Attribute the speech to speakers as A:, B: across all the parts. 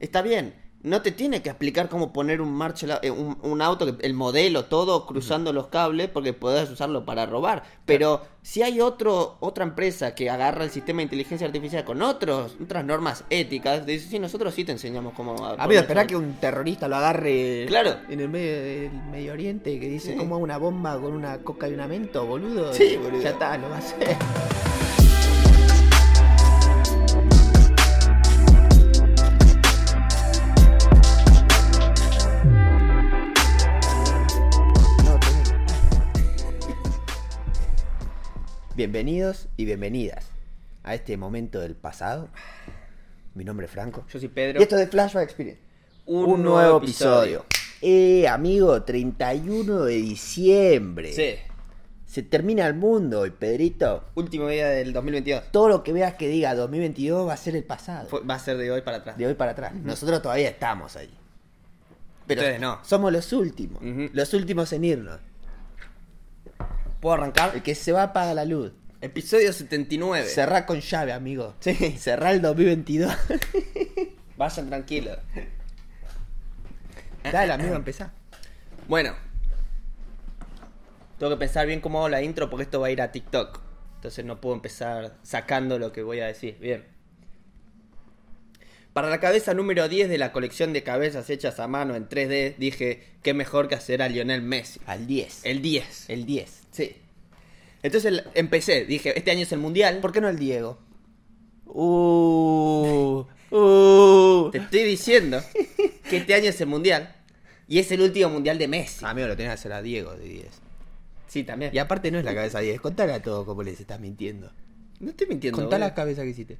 A: Está bien, no te tiene que explicar cómo poner un marcha, eh, un, un auto, que- el modelo, todo cruzando los cables, porque podés usarlo para robar. Pero si hay otro, otra empresa que agarra el sistema de inteligencia artificial con otros, otras normas éticas, dice, sí, nosotros sí te enseñamos cómo...
B: Amigo, esperá que un terrorista lo agarre
A: Ah, Claro.
B: en el medio del Medio Oriente que dice
A: Sí.
B: cómo una bomba con una coca y un mento, boludo.
A: Sí, boludo.
B: Ya está, lo va a hacer. No, tenés-
C: Bienvenidos y bienvenidas a este momento del pasado. Mi nombre es Franco.
B: Yo soy Pedro.
C: Y esto de Flashback Experience.
B: Un nuevo episodio.
C: Eh, amigo, 31 de diciembre.
B: Sí.
C: Se termina el mundo hoy, Pedrito.
A: Último día del 2022.
C: Todo lo que veas que diga 2022 va a ser el pasado.
A: Fue- va a ser de hoy para atrás.
C: De hoy para atrás. Nosotros todavía estamos ahí.
A: Pero Ustedes no. Mm.
C: Somos los últimos.
A: Ujú.
C: Los últimos en irnos.
A: ¿Puedo arrancar?
C: El que se va apaga la luz.
A: Episodio 79.
C: Cerrá con llave, amigo.
A: Eh, Sí.
C: Cerrá el 2022.
A: Vayan tranquilos.
C: Dale, amigo, empezá.
A: Bueno. Tengo que pensar bien cómo hago la intro porque esto va a ir a TikTok. Entonces no puedo empezar sacando lo que voy a decir. Bien. Para la cabeza número 10 de la colección de cabezas hechas a mano en 3D, dije, qué mejor que hacer a Lionel Messi.
C: Al 10.
A: El 10.
C: El 10.
A: Sí. Entonces el- empecé, dije, este año es el Mundial.
C: ¿Por qué no el Diego? Uh, uh.
A: Te estoy diciendo que este año es el Mundial. Y es el último Mundial de Messi.
C: Amigo, lo tenés que hacer a Diego de 10.
A: Sí, también.
C: Y aparte no es la cabeza 10. Contale a todo como les estás mintiendo.
A: No estoy mintiendo.
C: Contá la
A: boludo.
C: cabeza que hiciste.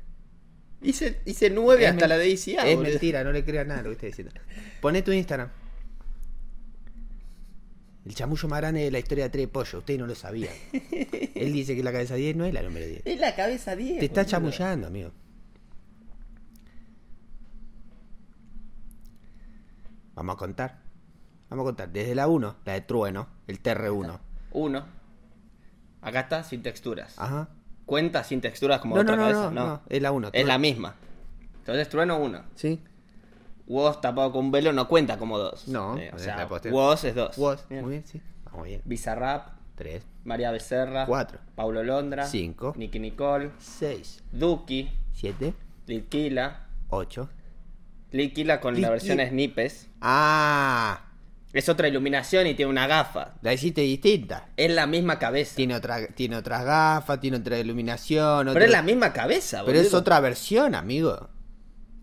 A: Hice, hice 9
C: Es
A: hasta
C: men-
A: la de ICA.
C: Es
A: boludo.
C: mentira, no le creas nada lo que estás diciendo. Poné tu Instagram. El chamullo más grande de la historia de Tres Pollos. Ustedes no lo sabían. Él dice que la cabeza 10 no es la número 10.
A: Es la cabeza 10.
C: Te está
A: boludo.
C: chamullando, amigo. Vamos a contar. Vamos a contar. Desde la 1, la de trueno, el TR1.
A: Uno. Acá está sin texturas.
C: Ajá.
A: Cuenta sin texturas como
C: Ah. No,
A: otra
C: no, no,
A: cabeza. No,
C: no, no, es la uno,
A: Es
C: trueno.
A: la misma. Entonces, trueno uno.
C: ¿Sí?
A: Woz tapado con velo no cuenta como dos.
C: No,
A: Eh, o
C: es
A: sea,
C: la posterior.
A: Woz es dos.
C: Was.
A: Bien.
C: Muy bien, sí. Vamos bien.
A: Bizarrap,
C: 3,
A: María Becerra.
C: Cuatro.
A: Paulo Londra.
C: Cinco.
A: Nicky Nicole.
C: 6,
A: Duki.
C: 7,
A: Litquila.
C: 8.
A: Litquila con la
C: Lil
A: versión
C: Kila.
A: Snippes.
C: ¡Ah!
A: Es otra iluminación y tiene una gafa.
C: La hiciste distinta.
A: Es la misma cabeza.
C: Tiene, otra, tiene otras gafas, tiene otra iluminación.
A: Pero
C: otro-
A: es la misma cabeza,
C: Pero es
A: boludo.
C: otra versión, amigo.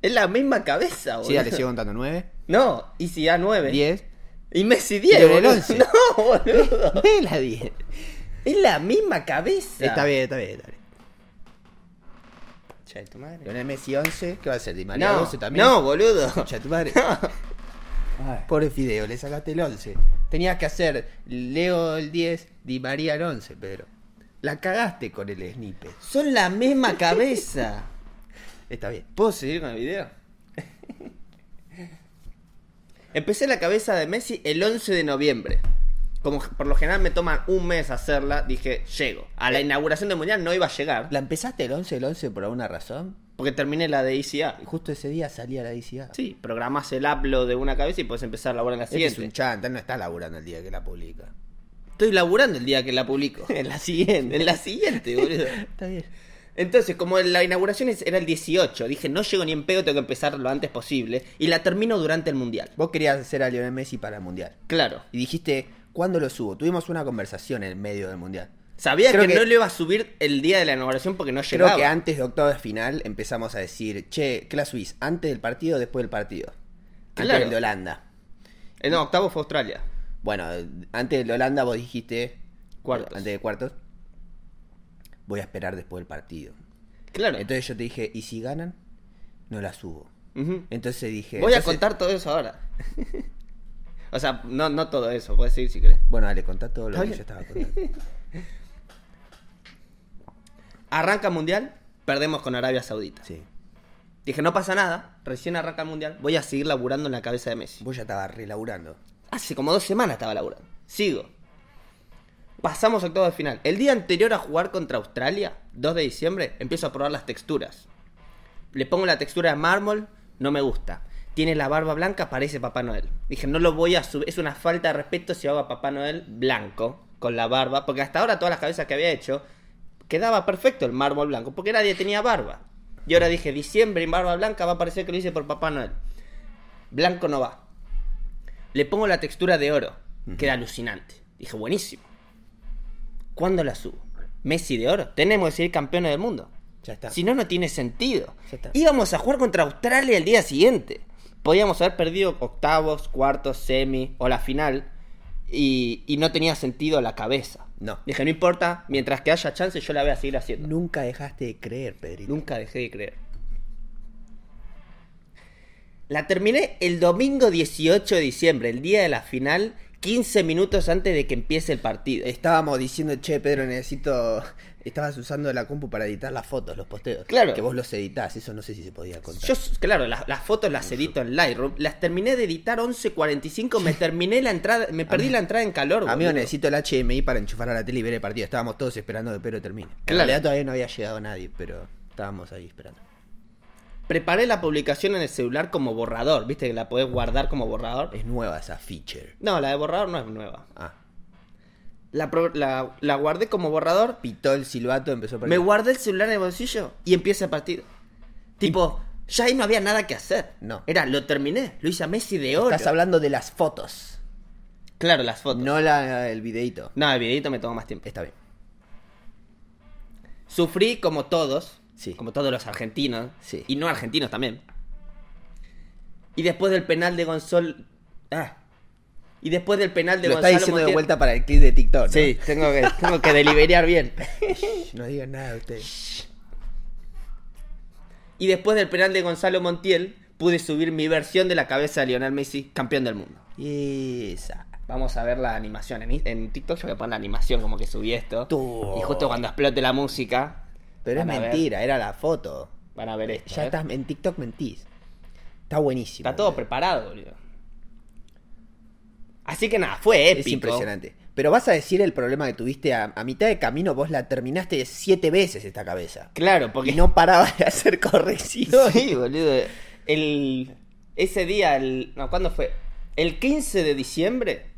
A: Es la misma cabeza, Ah, boludo.
C: Sí, dale, sigo contando. 9,
A: No, y si a 9.
C: 10.
A: Y Messi 10.
C: Pero el
A: boludo.
C: 11.
A: No, boludo.
C: la 10.
A: Es la misma cabeza.
C: Está bien, está bien, está bien.
A: Che, tu madre.
C: Lionel Messi 11, ¿qué va a ser? ¿Di María
A: No,
C: 12 también?
A: no, boludo.
C: Concha de tu madre. Ay, Pobre Fideo, le sacaste el 11. Tenías que hacer Leo el 10, Di María el 11, Pedro. La cagaste con el snippet.
A: Son la misma cabeza.
C: Está bien.
A: ¿Puedo seguir con el video? Empecé la cabeza de Messi el 11 de noviembre. Como por lo general me toman un mes hacerla, dije, llego. A la inauguración del Mundial no iba a llegar,
C: ¿La empezaste el 11 el 11 por alguna razón?
A: porque terminé la de ICA.
C: Y justo ese día salía la DCA.
A: Sí, programás el upload de una cabeza y puedes empezar a laburar en la
C: Este
A: siguiente.
C: es un chanta, no está laburando el día que la publica.
A: Estoy laburando el día que la publico.
C: En la siguiente.
A: en la siguiente, boludo.
C: Está bien.
A: Entonces, como la inauguración es- era el 18, dije, no llego ni en pedo, tengo que empezar lo antes posible. Y la termino durante el Mundial.
C: Vos querías hacer a Lionel Messi para el Mundial.
A: Claro.
C: Y dijiste, ¿cuándo lo subo? Tuvimos una conversación en el medio del Mundial.
A: Sabía
C: Creo
A: que,
C: que-
A: no le iba a subir el día de la inauguración porque no
C: Creo
A: llegaba.
C: que antes de octavo de final empezamos a decir, che, ¿qué la subís? ¿Antes del partido o después del partido? Antes
A: Claro.
C: del de Holanda.
A: Eh, no, octavo fue Australia.
C: Bueno, antes del de Holanda vos dijiste...
A: Cuartos.
C: Antes de cuartos. Voy a esperar después del partido.
A: Claro.
C: Entonces yo te dije, ¿y si ganan? No la subo.
A: Ujú.
C: Entonces dije...
A: Voy a
C: entonces-
A: contar todo eso ahora. o sea, no, no todo eso, puedes seguir si querés.
C: Bueno, dale, contá todo lo
A: Está
C: que yo
A: bien.
C: estaba contando.
A: Arranca el Mundial, perdemos con Arabia Saudita.
C: Sí.
A: Dije, no pasa nada, recién arranca el Mundial, voy a seguir laburando en la cabeza de Messi.
C: Vos ya estabas relaburando.
A: Hace como dos semanas estaba laburando. Sigo. Pasamos a octavo de final. El día anterior a jugar contra Australia, 2 de diciembre, empiezo a probar las texturas. Le pongo la textura de mármol, no me gusta. tiene la barba blanca, parece Papá Noel. Dije, no lo voy a subir, es una falta de respeto si hago a Papá Noel blanco, con la barba, porque hasta ahora todas las cabezas que había hecho, quedaba perfecto el mármol blanco, porque nadie tenía barba. Y ahora dije, diciembre en barba blanca va a parecer que lo hice por Papá Noel. Blanco no va. Le pongo la textura de oro, queda alucinante. Dije, buenísimo. ¿Cuándo la subo? Messi de oro. Tenemos que ser campeones del mundo.
C: Ya está.
A: Si no, no tiene sentido.
C: Ya está.
A: Íbamos a jugar contra Australia el día siguiente. Podíamos haber perdido octavos, cuartos, semi o la final. Y, y no tenía sentido la cabeza.
C: No.
A: Dije, no importa, mientras que haya chance, yo la voy a seguir haciendo.
C: Nunca dejaste de creer, Pedrito.
A: Nunca dejé de creer. La terminé el domingo 18 de diciembre, el día de la final, 15 minutos antes de que empiece el partido.
C: Estábamos diciendo, che, Pedro, necesito. Estabas usando la compu para editar las fotos, los posteos.
A: Claro.
C: Que vos los editás, eso no sé si se podía contar.
A: Yo, claro, las, las fotos las edito en Lightroom. Las terminé de editar 11.45. Me terminé la entrada. Me perdí la entrada en calor.
C: Amigo,
A: boludo.
C: necesito el HMI para enchufar a la tele y ver el partido. Estábamos todos esperando que Pedro termine. En
A: Claro.
C: realidad todavía no había llegado nadie, pero estábamos ahí esperando.
A: Preparé la publicación en el celular como borrador. ¿Viste que la podés guardar como borrador?
C: Es nueva esa feature.
A: No, la de borrador no es nueva.
C: Ah.
A: La, pro- la- la guardé como borrador.
C: Pitó el silbato, empezó a
A: Me guardé el celular en el bolsillo y empieza el partido. Tipo, ya ahí no había nada que hacer.
C: No.
A: Era, lo terminé. Lo hice a Messi de oro.
C: Estás hablando de las fotos,
A: Claro, las fotos. No.
C: no la, el videito.
A: el videito me toma más tiempo.
C: Está bien.
A: Sufrí como todos,
C: Sí.
A: como todos los argentinos,
C: Sí.
A: y no argentinos también. Y después del penal de Gonzalo. Ah. Y después del penal de
C: Lo está
A: Gonzalo.
C: diciendo de
A: Montiel-
C: vuelta para el clip de TikTok. ¿no?
A: Sí, tengo que, tengo que deliberar bien.
C: No digan nada ustedes.
A: Y después del penal de Gonzalo Montiel, pude subir mi versión de la cabeza de Lionel Messi, campeón del mundo.
C: Esa.
A: Vamos a ver la animación. En, en TikTok yo voy a poner la animación como que subí esto.
C: Tú.
A: Y justo cuando explote la música.
C: Pero es
A: van a ver-
C: mentira, era la foto.
A: van a ver esto.
C: Ya
A: ¿eh?
C: estás en TikTok mentís. Está buenísimo. ¿eh?
A: Está todo
C: boludo.
A: preparado, boludo. Así que nada, fue épico.
C: Es impresionante. Pero vas a decir el problema que tuviste a, a mitad de camino, vos la terminaste siete veces esta cabeza.
A: Claro, porque
C: Y no paraba de hacer correcciones.
A: Sí, boludo. El, ese día, el, no, ¿cuándo fue? El 15 de diciembre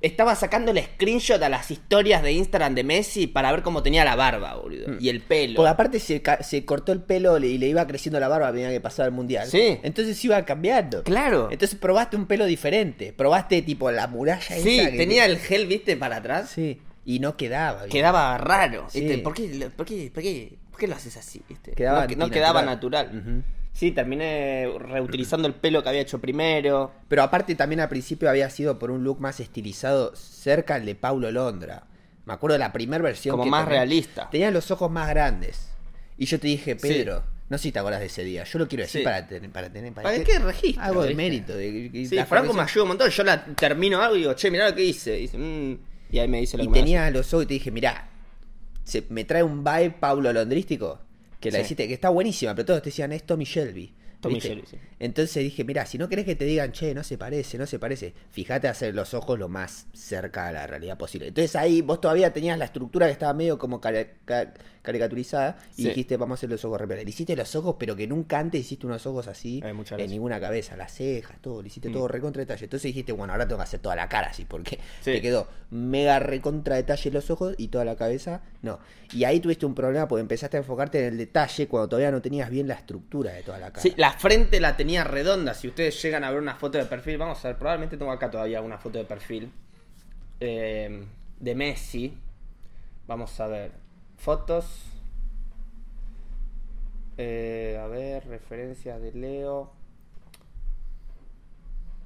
A: estaba sacando el screenshot a las historias de Instagram de Messi para ver cómo tenía la barba, boludo.
C: Mm.
A: Y el pelo.
C: Porque aparte se, ca- se cortó el pelo y le iba creciendo la barba a medida que pasaba el mundial.
A: Sí.
C: Entonces iba cambiando.
A: Claro.
C: Entonces probaste un pelo diferente. Probaste tipo la muralla
A: sí,
C: esa que-
A: tenía el gel, viste, para atrás.
C: Sí. Y no quedaba. bien.
A: Quedaba raro.
C: Sí.
A: ¿viste? ¿Por, qué, lo- por, qué, por, qué, por qué lo haces así? viste?
C: Quedaba
A: no, que- no
C: antinatural.
A: quedaba natural.
C: Ujú.
A: Sí, terminé reutilizando el pelo que había hecho primero.
C: Pero aparte también al principio había sido por un look más estilizado cerca al de Paulo Londra. Me acuerdo de la primera versión.
A: Como
C: que
A: más
C: tenía-
A: realista.
C: Tenía los ojos más grandes. Y yo te dije,
A: Sí.
C: Pedro, no sé si te acordás de ese día. Yo lo quiero decir
A: Sí.
C: para tener... Para, tener,
A: ¿Para
C: que-
A: qué registro?
C: Algo de
A: viste?
C: mérito. de- de-
A: Sí,
C: la
A: Franco
C: corrección.
A: me ayuda un montón. Yo la termino algo y digo, che, mirá lo que hice. Y, dice, "Mm", y ahí me dice lo
C: Y
A: que me
C: tenía los ojos y te dije, mirá, se- me trae un vibe Paulo Londrístico, que la
A: Sí.
C: hiciste, que está buenísima, pero todos te decían, es Tommy Shelby.
A: Tommy
C: ¿viste?
A: Shelby, sí.
C: Entonces dije, mirá, si no querés que te digan, che, no se parece, no se parece, fíjate hacer los ojos lo más cerca a la realidad posible. Entonces ahí vos todavía tenías la estructura que estaba medio como cari- ca- caricaturizada y
A: Sí.
C: dijiste, vamos a hacer los ojos reales. Le hiciste los ojos, pero que nunca antes hiciste unos ojos así,
A: Ay, muchas
C: en
A: gracias.
C: ninguna cabeza, las cejas, todo, le hiciste
A: Mm.
C: todo recontra detalle. Entonces dijiste, bueno, ahora tengo que hacer toda la cara así, porque
A: Sí.
C: te quedó mega recontra detalle los ojos y toda la cabeza, no. Y ahí tuviste un problema porque empezaste a enfocarte en el detalle cuando todavía no tenías bien la estructura de toda la cara.
A: hace. Sí, la frente la tenía redonda. Si ustedes llegan a ver una foto de perfil, vamos a ver, probablemente tengo acá todavía una foto de perfil eh, de Messi. Vamos a ver. Fotos. Eh, a ver, referencias de Leo.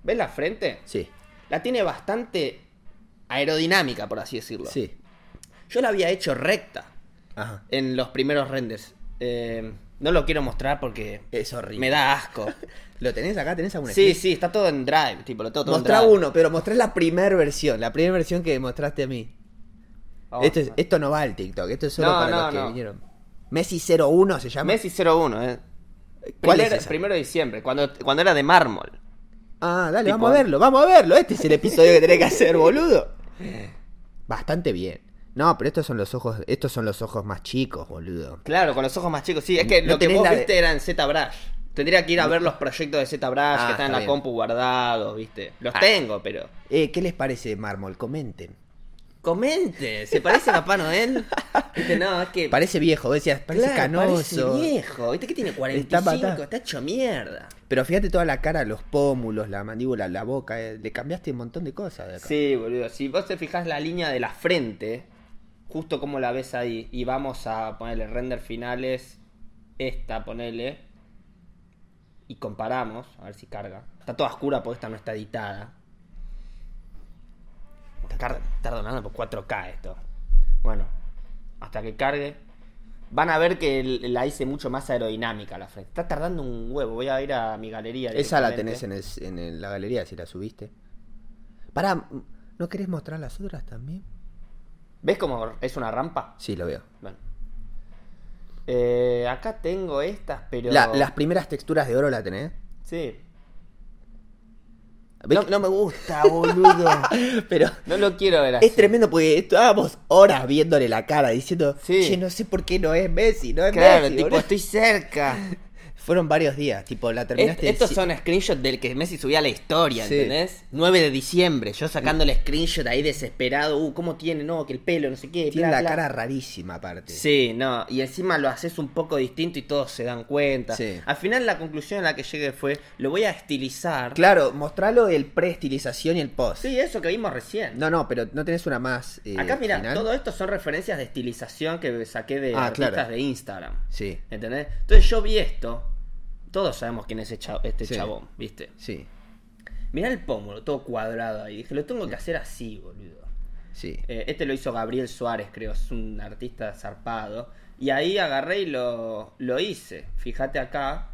A: ¿Ves la frente?
C: Sí,
A: La tiene bastante aerodinámica, por así decirlo.
C: sí.
A: Yo la había hecho recta
C: Ajá.
A: en los primeros renders. Eh, no lo quiero mostrar porque
C: Es horrible.
A: me da asco.
C: ¿Lo tenés acá? ¿Tenés alguna
A: sí, sí, está todo en drive, tipo, lo tengo todo en
C: Mostrá
A: drive.
C: uno, pero mostrá la primera versión, la primera versión que mostraste a mí.
A: Vamos.
C: esto, Este es- esto no va al TikTok, esto es solo
A: Oh, No,
C: para
A: no,
C: los que
A: no.
C: vinieron. Messi 01 se llama.
A: Messi 01, eh.
C: ¿Cuál
A: Primero-
C: es esa?
A: Primero de diciembre, cuando, cuando era de mármol.
C: Ah, dale,
A: Tipo-
C: vamos a verlo, vamos a verlo. Este es el episodio que tenés que hacer, boludo. Bastante bien. No, pero estos son los ojos, estos son los ojos más chicos, boludo.
A: Claro, con los ojos más chicos, sí. Es que
C: No
A: lo que
C: tenés
A: vos
C: la de-
A: viste era en Z Brush. Tendría que ir a ver los proyectos de Z Brash
C: Ah,
A: que están en
C: está
A: la
C: bien. Ah.
A: compu guardados, ¿viste? Los tengo, pero.
C: Eh, ¿Qué les parece mármol? Comenten.
A: Comente, ¿se parece a Papá Noel? Viste, no, es que.
C: Parece viejo, decías, parece
A: Claro,
C: canoso.
A: parece viejo, ¿viste que tiene 45?
C: Está
A: Está,
C: patá.
A: hecho mierda.
C: Pero fíjate toda la cara, los pómulos, la mandíbula, la boca. eh, Le cambiaste un montón de cosas. de acá.
A: Sí, boludo. Si vos te fijás la línea de la frente, justo como la ves ahí, y vamos a ponerle render finales, esta, ponele, y comparamos, a ver si carga. Está toda oscura porque esta no está editada. Car- Tarda nada por 4K esto. Bueno, hasta que cargue. Van a ver que el- la hice mucho más aerodinámica la frente. Está tardando un huevo. Voy a ir a mi galería.
C: Esa la
A: directamente.
C: tenés en, el- en el- la galería si la subiste. Pará, ¿no querés mostrar las otras también?
A: ¿Ves cómo es una rampa?
C: Sí, lo veo.
A: Bueno. Eh, acá tengo estas, pero.
C: La- las primeras texturas de oro la tenés.
A: Sí.
C: ¿Ves
A: No,
C: que-
A: no me gusta, boludo. Ah,
C: Pero
A: no lo quiero ver así.
C: es tremendo porque estábamos horas viéndole la cara diciendo,
A: Sí.
C: che, no sé por qué no es Messi, no es
A: Claro,
C: Messi.
A: tipo,
C: boludo".
A: estoy cerca.
C: Fueron varios días, tipo, la
A: Est-
C: terminaste.
A: estos
C: si-
A: son screenshots del que Messi subía a la historia,
C: Sí. Mm.
A: ¿entendés? 9 de diciembre, yo sacando el screenshot ahí desesperado. Uh, ¿cómo tiene? No, que el pelo, no sé qué.
C: Tiene
A: bla,
C: la
A: bla.
C: cara rarísima aparte.
A: Sí, no, y encima lo haces un poco distinto y todos se dan cuenta.
C: Sí.
A: Al final la conclusión a la que llegué fue, lo voy a estilizar.
C: Claro, mostralo el pre-estilización y el post.
A: Sí, eso que vimos recién.
C: No, no, pero no tenés una más. eh,
A: Acá, mira,
C: final?
A: todo esto son referencias de estilización que saqué de
C: Ah,
A: artistas
C: claro.
A: de Instagram.
C: Sí,
A: ¿Entendés? Entonces yo vi esto. Todos sabemos quién es ese cha- este
C: Sí.
A: chabón, ¿viste?
C: sí,
A: Mirá el pómulo, todo cuadrado ahí. Dije, lo tengo que hacer así, boludo.
C: sí.
A: Eh, este lo hizo Gabriel Suárez, creo, es un artista zarpado. Y ahí agarré y lo, lo hice. Fíjate acá.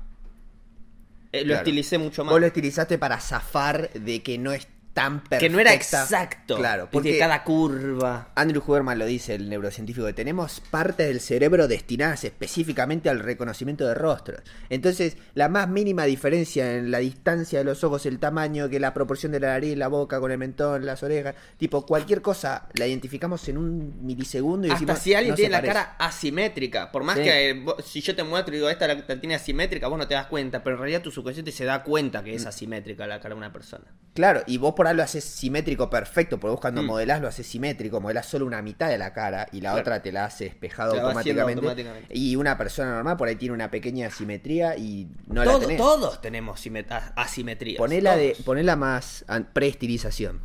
A: Eh, lo
C: Claro.
A: estilicé mucho más.
C: Vos lo estilizaste para zafar de que no es tan perfecta.
A: Que no era exacto.
C: Claro,
A: porque
C: porque
A: cada curva.
C: Andrew Huberman lo dice, el neurocientífico, que tenemos partes del cerebro destinadas específicamente al reconocimiento de rostros. Entonces, la más mínima diferencia en la distancia de los ojos, el tamaño, que la proporción de la nariz, la boca con el mentón, las orejas, tipo cualquier cosa, la identificamos en un milisegundo y
A: Hasta
C: decimos,
A: si alguien
C: "No se
A: tiene la
C: parece".
A: cara asimétrica, por más
C: Sí.
A: que eh, vos- si yo te muestro y digo, esta la, la tiene asimétrica, vos no te das cuenta, pero en realidad tu subconsciente se da cuenta que
C: Mm.
A: es asimétrica la cara de una persona.
C: Claro, y vos por ahí lo haces simétrico perfecto, porque vos cuando
A: Mm.
C: modelás lo haces simétrico, modelás solo una mitad de la cara y la
A: Claro.
C: otra te la hace espejado
A: Te la va haciendo
C: automáticamente.
A: automáticamente.
C: Y una persona normal por ahí tiene una pequeña asimetría y no
A: Todo-
C: la tenés.
A: todos tenemos simet- a- asimetrías.
C: Ponela, de,
A: todos.
C: ponela más an- preestilización.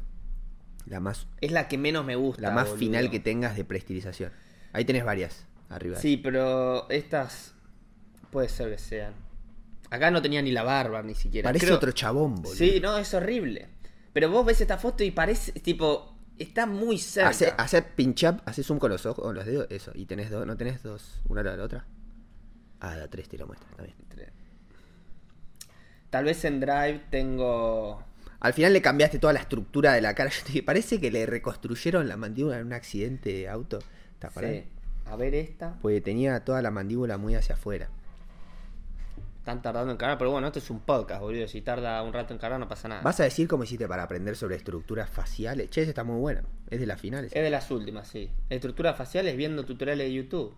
C: La más,
A: Es la que menos me gusta.
C: la más
A: boludo.
C: final que tengas de preestilización. Ahí tenés varias arriba.
A: Sí, pero estas puede ser que sean. Acá no tenía ni la barba ni siquiera.
C: Parece
A: Creo-
C: otro chabón, boludo.
A: Sí, no, es horrible. Pero vos ves esta foto y parece, tipo, está muy cerca.
C: Hacer pinchap, haces zoom con los ojos, con los dedos, eso. Y tenés dos, no tenés dos, una a la otra. Ah, la tres te lo muestra, está bien.
A: Tre- Tal vez en Drive tengo.
C: Al final le cambiaste toda la estructura de la cara. Yo te dije, parece que le reconstruyeron la mandíbula en un accidente de auto. ¿Te acordás?
A: Sí. A ver esta.
C: Porque tenía toda la mandíbula muy hacia afuera.
A: Están tardando en cargar, pero bueno, esto es un podcast, boludo. Si tarda un rato en cargar, no pasa nada.
C: ¿Vas a decir cómo hiciste para aprender sobre estructuras faciales? Che, esa está muy buena. Es de las finales.
A: Es de las últimas, sí. Estructuras faciales viendo tutoriales de YouTube.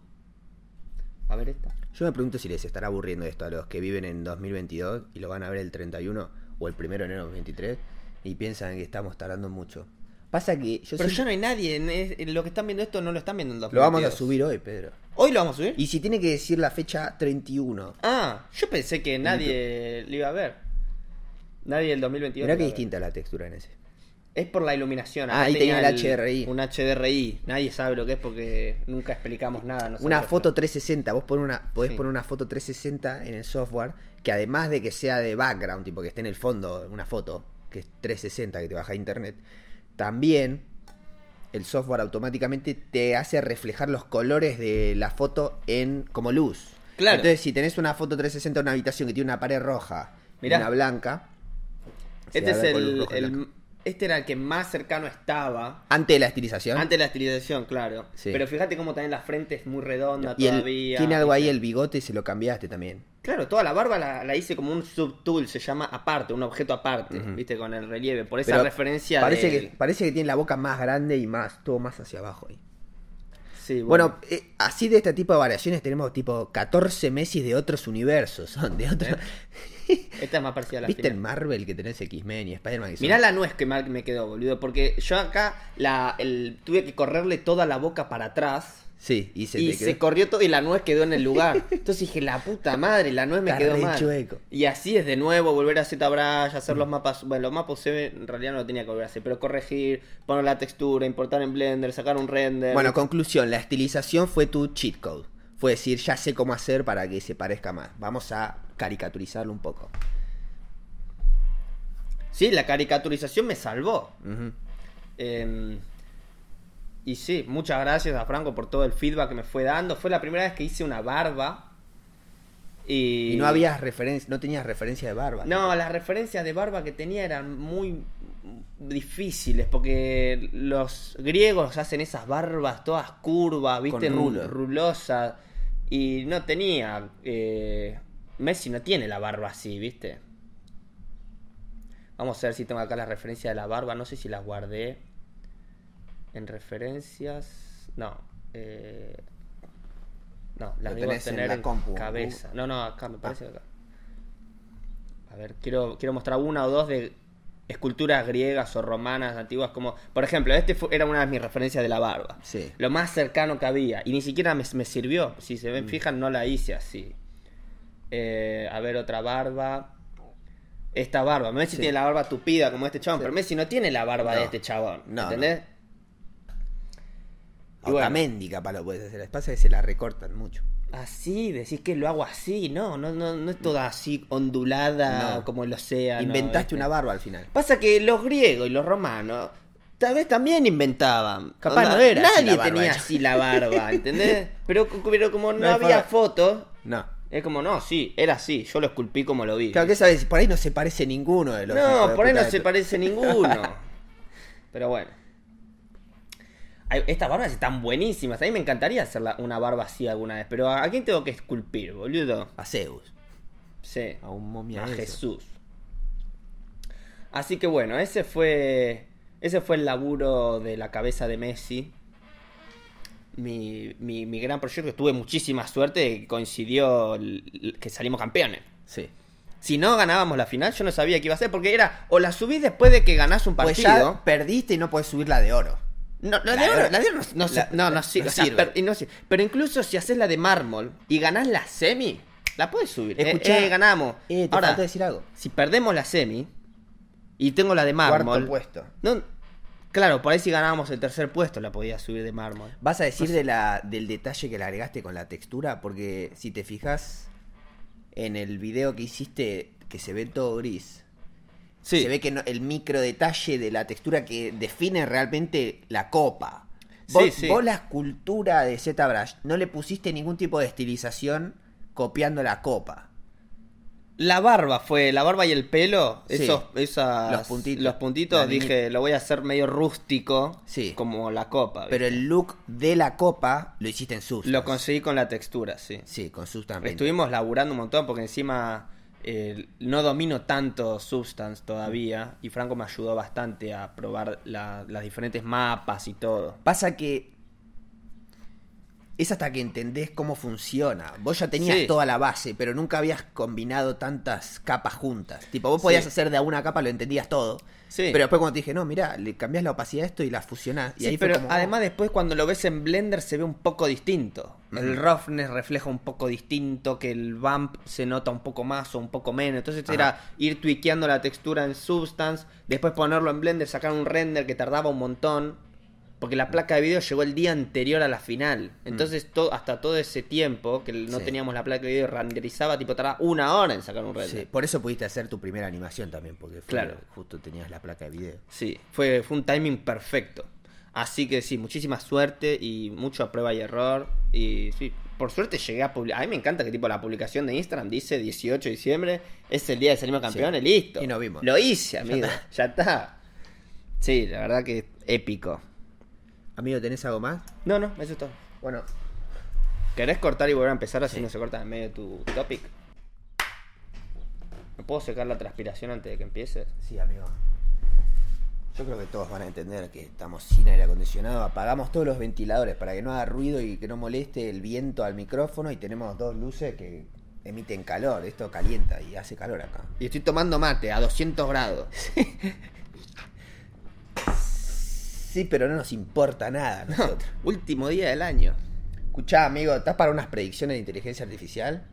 A: A ver esta.
C: Yo me pregunto si les estará aburriendo esto a los que viven en 2022 y lo van a ver el 31 o el 1 de enero del 23 y piensan que estamos tardando mucho. Pasa que yo
A: pero
C: siempre-
A: ya no hay nadie. En, es- en lo que están viendo esto no lo están viendo en 2022.
C: Lo vamos a subir hoy, Pedro.
A: ¿Hoy lo vamos a subir?
C: Y si tiene que decir la fecha 31.
A: Ah, yo pensé que nadie lo iba a ver. Nadie del 2022.
C: Mirá
A: lo iba
C: que
A: a ver.
C: distinta la textura en ese.
A: Es por la iluminación.
C: Ah,
A: Acá
C: ahí tenía el HDRI.
A: Un HDRI. Nadie sabe lo que es porque nunca explicamos nada. nosotros.
C: Una foto 360, vos poner una, podés
A: Sí.
C: poner una foto 360 en el software que además de que sea de background, tipo que esté en el fondo una foto, que es 360 que te baja a internet, también el software automáticamente te hace reflejar los colores de la foto en como luz.
A: Claro.
C: Entonces, si tenés una foto 360 en una habitación que tiene una pared roja
A: Mirá.
C: y una blanca, se
A: Este
C: va a
A: es
C: ver con luz
A: el,
C: roja y
A: el-
C: blanca.
A: este era el que más cercano estaba
C: antes de la estilización.
A: antes de la estilización, claro.
C: Sí.
A: Pero fíjate cómo también la frente es muy redonda
C: y el-
A: todavía.
C: tiene algo ahí el bigote se lo cambiaste también.
A: Claro, toda la barba la, la hice como un subtool, se llama aparte, un objeto aparte, viste, con el relieve. Por esa
C: Pero
A: referencia
C: parece
A: del-
C: que parece que tiene la boca más grande y más todo más hacia abajo ahí.
A: Sí, Sí,
C: Bueno, eh, así de este tipo de variaciones tenemos tipo 14 Messi de otros universos, son de otros...
A: Esta es más parecida Eh, a la
C: ¿Viste
A: final.
C: el Marvel que tenés X-Men y Spider-Man? que son-
A: Mirá la nuez que mal me quedó, boludo. Porque yo acá la, el- tuve que correrle toda la boca para atrás.
C: Sí, y se
A: y
C: te
A: se
C: quedó.
A: corrió todo y la nuez quedó en el lugar. Entonces dije, la puta madre, la nuez me
C: Está
A: quedó
C: re
A: mal.
C: chueco.
A: Y así es de nuevo, volver a ZBrush, hacer los mapas. Bueno, los mapas se- en realidad no lo tenía que volver a hacer, pero corregir, poner la textura, importar en Blender, sacar un render.
C: Bueno, conclusión, la estilización fue tu cheat code. Fue decir, ya sé cómo hacer para que se parezca más. Vamos a caricaturizarlo un poco.
A: sí, la caricaturización me salvó.
C: Ujú.
A: Eh, y sí, muchas gracias a Franco por todo el feedback que me fue dando. Fue la primera vez que hice una barba. Y,
C: Y no habías referencia, no tenías referencia de barba.
A: No, las referencias de barba que tenía eran muy difíciles porque los griegos hacen esas barbas todas curvas, viste,
C: rulo.
A: rulosas y no tenía eh, Messi no tiene la barba así, viste. Vamos a ver si tengo acá la referencia de la barba, no sé si las guardé en referencias, no. eh, no, las
C: Lo
A: debo
C: tenés en
A: tener
C: la
A: en
C: compu. Ah.
A: cabeza. No, no, acá me parece que acá. A ver, quiero, quiero mostrar una o dos de esculturas griegas o romanas antiguas como... Por ejemplo, este fue- era una de mis referencias de la barba.
C: Sí.
A: Lo más cercano que había. Y ni siquiera me, me sirvió. Si se
C: Mm.
A: ven, fijan, no la hice así. Eh, a ver, otra barba. Esta barba. Messi tiene la barba tupida como este chabón. Pero Messi no tiene la barba de
C: No.
A: este chabón.
C: No, no.
A: ¿Entendés? Y bueno.
C: Otamendi capaz lo puedes hacer. Lo que pasa es que se la recortan mucho.
A: Así, decís que lo hago así. No, no, no, no es toda así ondulada
C: No.
A: como el océano.
C: Inventaste
A: ¿viste?
C: una barba al final.
A: Pasa que los griegos y los romanos tal vez también inventaban.
C: Capaz
A: Onda,
C: no era así
A: Nadie
C: la barba,
A: tenía
C: yo.
A: así la barba, ¿entendés? Pero, pero como no,
C: No hay
A: había
C: forma.
A: fotos,
C: No.
A: es como, no, sí, era así. Yo lo esculpí como lo vi.
C: Claro que sabes, por ahí no se parece ninguno de los. hijos
A: no,
C: de
A: por ahí
C: puta
A: no se
C: estos.
A: parece ninguno. Pero bueno. Ay, Estas barbas están buenísimas. A mí me encantaría hacer la- una barba así alguna vez. Pero ¿a, a quién tengo que esculpir, boludo?
C: A Zeus.
A: Sí.
C: A un momia.
A: a
C: de esos.
A: Jesús. Así que bueno, ese fue ese fue el laburo de la cabeza de Messi. Mi, mi- mi gran proyecto, tuve muchísima suerte, coincidió l- l- que salimos campeones.
C: Sí.
A: Si no ganábamos la final, yo no sabía qué iba a hacer, porque era o la subís después de que ganás un
C: Pues
A: partido.
C: ya perdiste y no puedes subir la de oro.
A: No, la,
C: La
A: de
C: de
A: oro,
C: oro-
A: la de oro no, no,
C: la-
A: se- no, no sirve.
C: no
A: o sea,
C: sirve.
A: per- y no sirve. Pero incluso si haces la de mármol y ganás la semi, la puedes subir. Eh,
C: Escuchá,
A: eh, ganamos.
C: Eh, te
A: Ahora,
C: falta decir algo.
A: si perdemos la semi y tengo la de
C: Cuarto
A: mármol.
C: puesto.
A: No, claro, por ahí si ganábamos el tercer puesto la podía subir de mármol.
C: Vas a decir de la, del detalle que le agregaste con la textura, porque si te fijas en el video que hiciste, que se ve todo gris, se ve que no- el micro detalle de la textura que define realmente la copa.
A: Sí,
C: Vos,
A: sí.
C: vos la escultura de ZBrush no le pusiste ningún tipo de estilización copiando la copa.
A: La barba fue, la barba y el pelo,
C: Sí.
A: esos, esas-
C: Los puntitos.
A: los puntitos,
C: La
A: dije,
C: línea.
A: lo voy a hacer medio rústico,
C: Sí.
A: como la copa.
C: Pero
A: ¿viste?
C: el look de la copa lo hiciste en Substance.
A: lo conseguí con la textura, sí.
C: Sí, con Substance. Paint.
A: Estuvimos laburando un montón porque encima eh, no domino tanto Substance todavía y Franco me ayudó bastante a probar la- las diferentes mapas y todo.
C: Pasa que es hasta que entendés cómo funciona. Vos ya tenías
A: Sí.
C: toda la base, pero nunca habías combinado tantas capas juntas. Tipo, vos podías
A: Sí.
C: hacer de a una capa, lo entendías todo.
A: Sí.
C: Pero después cuando te dije, no, mirá, le cambiás la opacidad a esto y la fusionás. Y
A: Sí,
C: ahí fue
A: pero
C: como, oh,
A: además después cuando lo ves en Blender se ve un poco distinto. El roughness refleja un poco distinto, que el bump se nota un poco más o un poco menos. Entonces
C: Ajá.
A: era ir tweakeando la textura en Substance, después ponerlo en Blender, sacar un render que tardaba un montón. Porque
C: Mm.
A: la placa de video llegó el día anterior a la final. Entonces to- hasta todo ese tiempo que no
C: Sí.
A: teníamos la placa de video renderizaba, tipo tardaba una hora en sacar un render.
C: sí, por eso pudiste hacer tu primera animación también, porque fue-
A: Claro.
C: justo tenías la placa de video.
A: Sí, fue, fue un timing perfecto. Así que sí, muchísima suerte y mucho a prueba y error. Y sí, por suerte llegué a publicar. A mí me encanta que tipo la publicación de Instagram dice 18 de diciembre es el día de salimos campeones,
C: Sí.
A: listo.
C: Y nos vimos.
A: Lo hice, amigo. ya está. Sí, la verdad que épico.
C: Amigo, ¿tenés algo más?
A: No, no, eso es todo.
C: Bueno,
A: ¿Querés cortar y volver a empezar así no se corta en medio tu topic? ¿Me puedo secar la transpiración antes de que empieces?
C: sí, amigo. Yo creo que todos van a entender que estamos sin aire acondicionado. Apagamos todos los ventiladores para que no haga ruido y que no moleste el viento al micrófono y tenemos dos luces que emiten calor. Esto calienta y hace calor acá.
A: Y estoy tomando mate a 200 grados.
C: Sí, pero no nos importa nada a nosotros.
A: Último día del año.
C: Escuchá, amigo, ¿estás para unas predicciones de inteligencia artificial?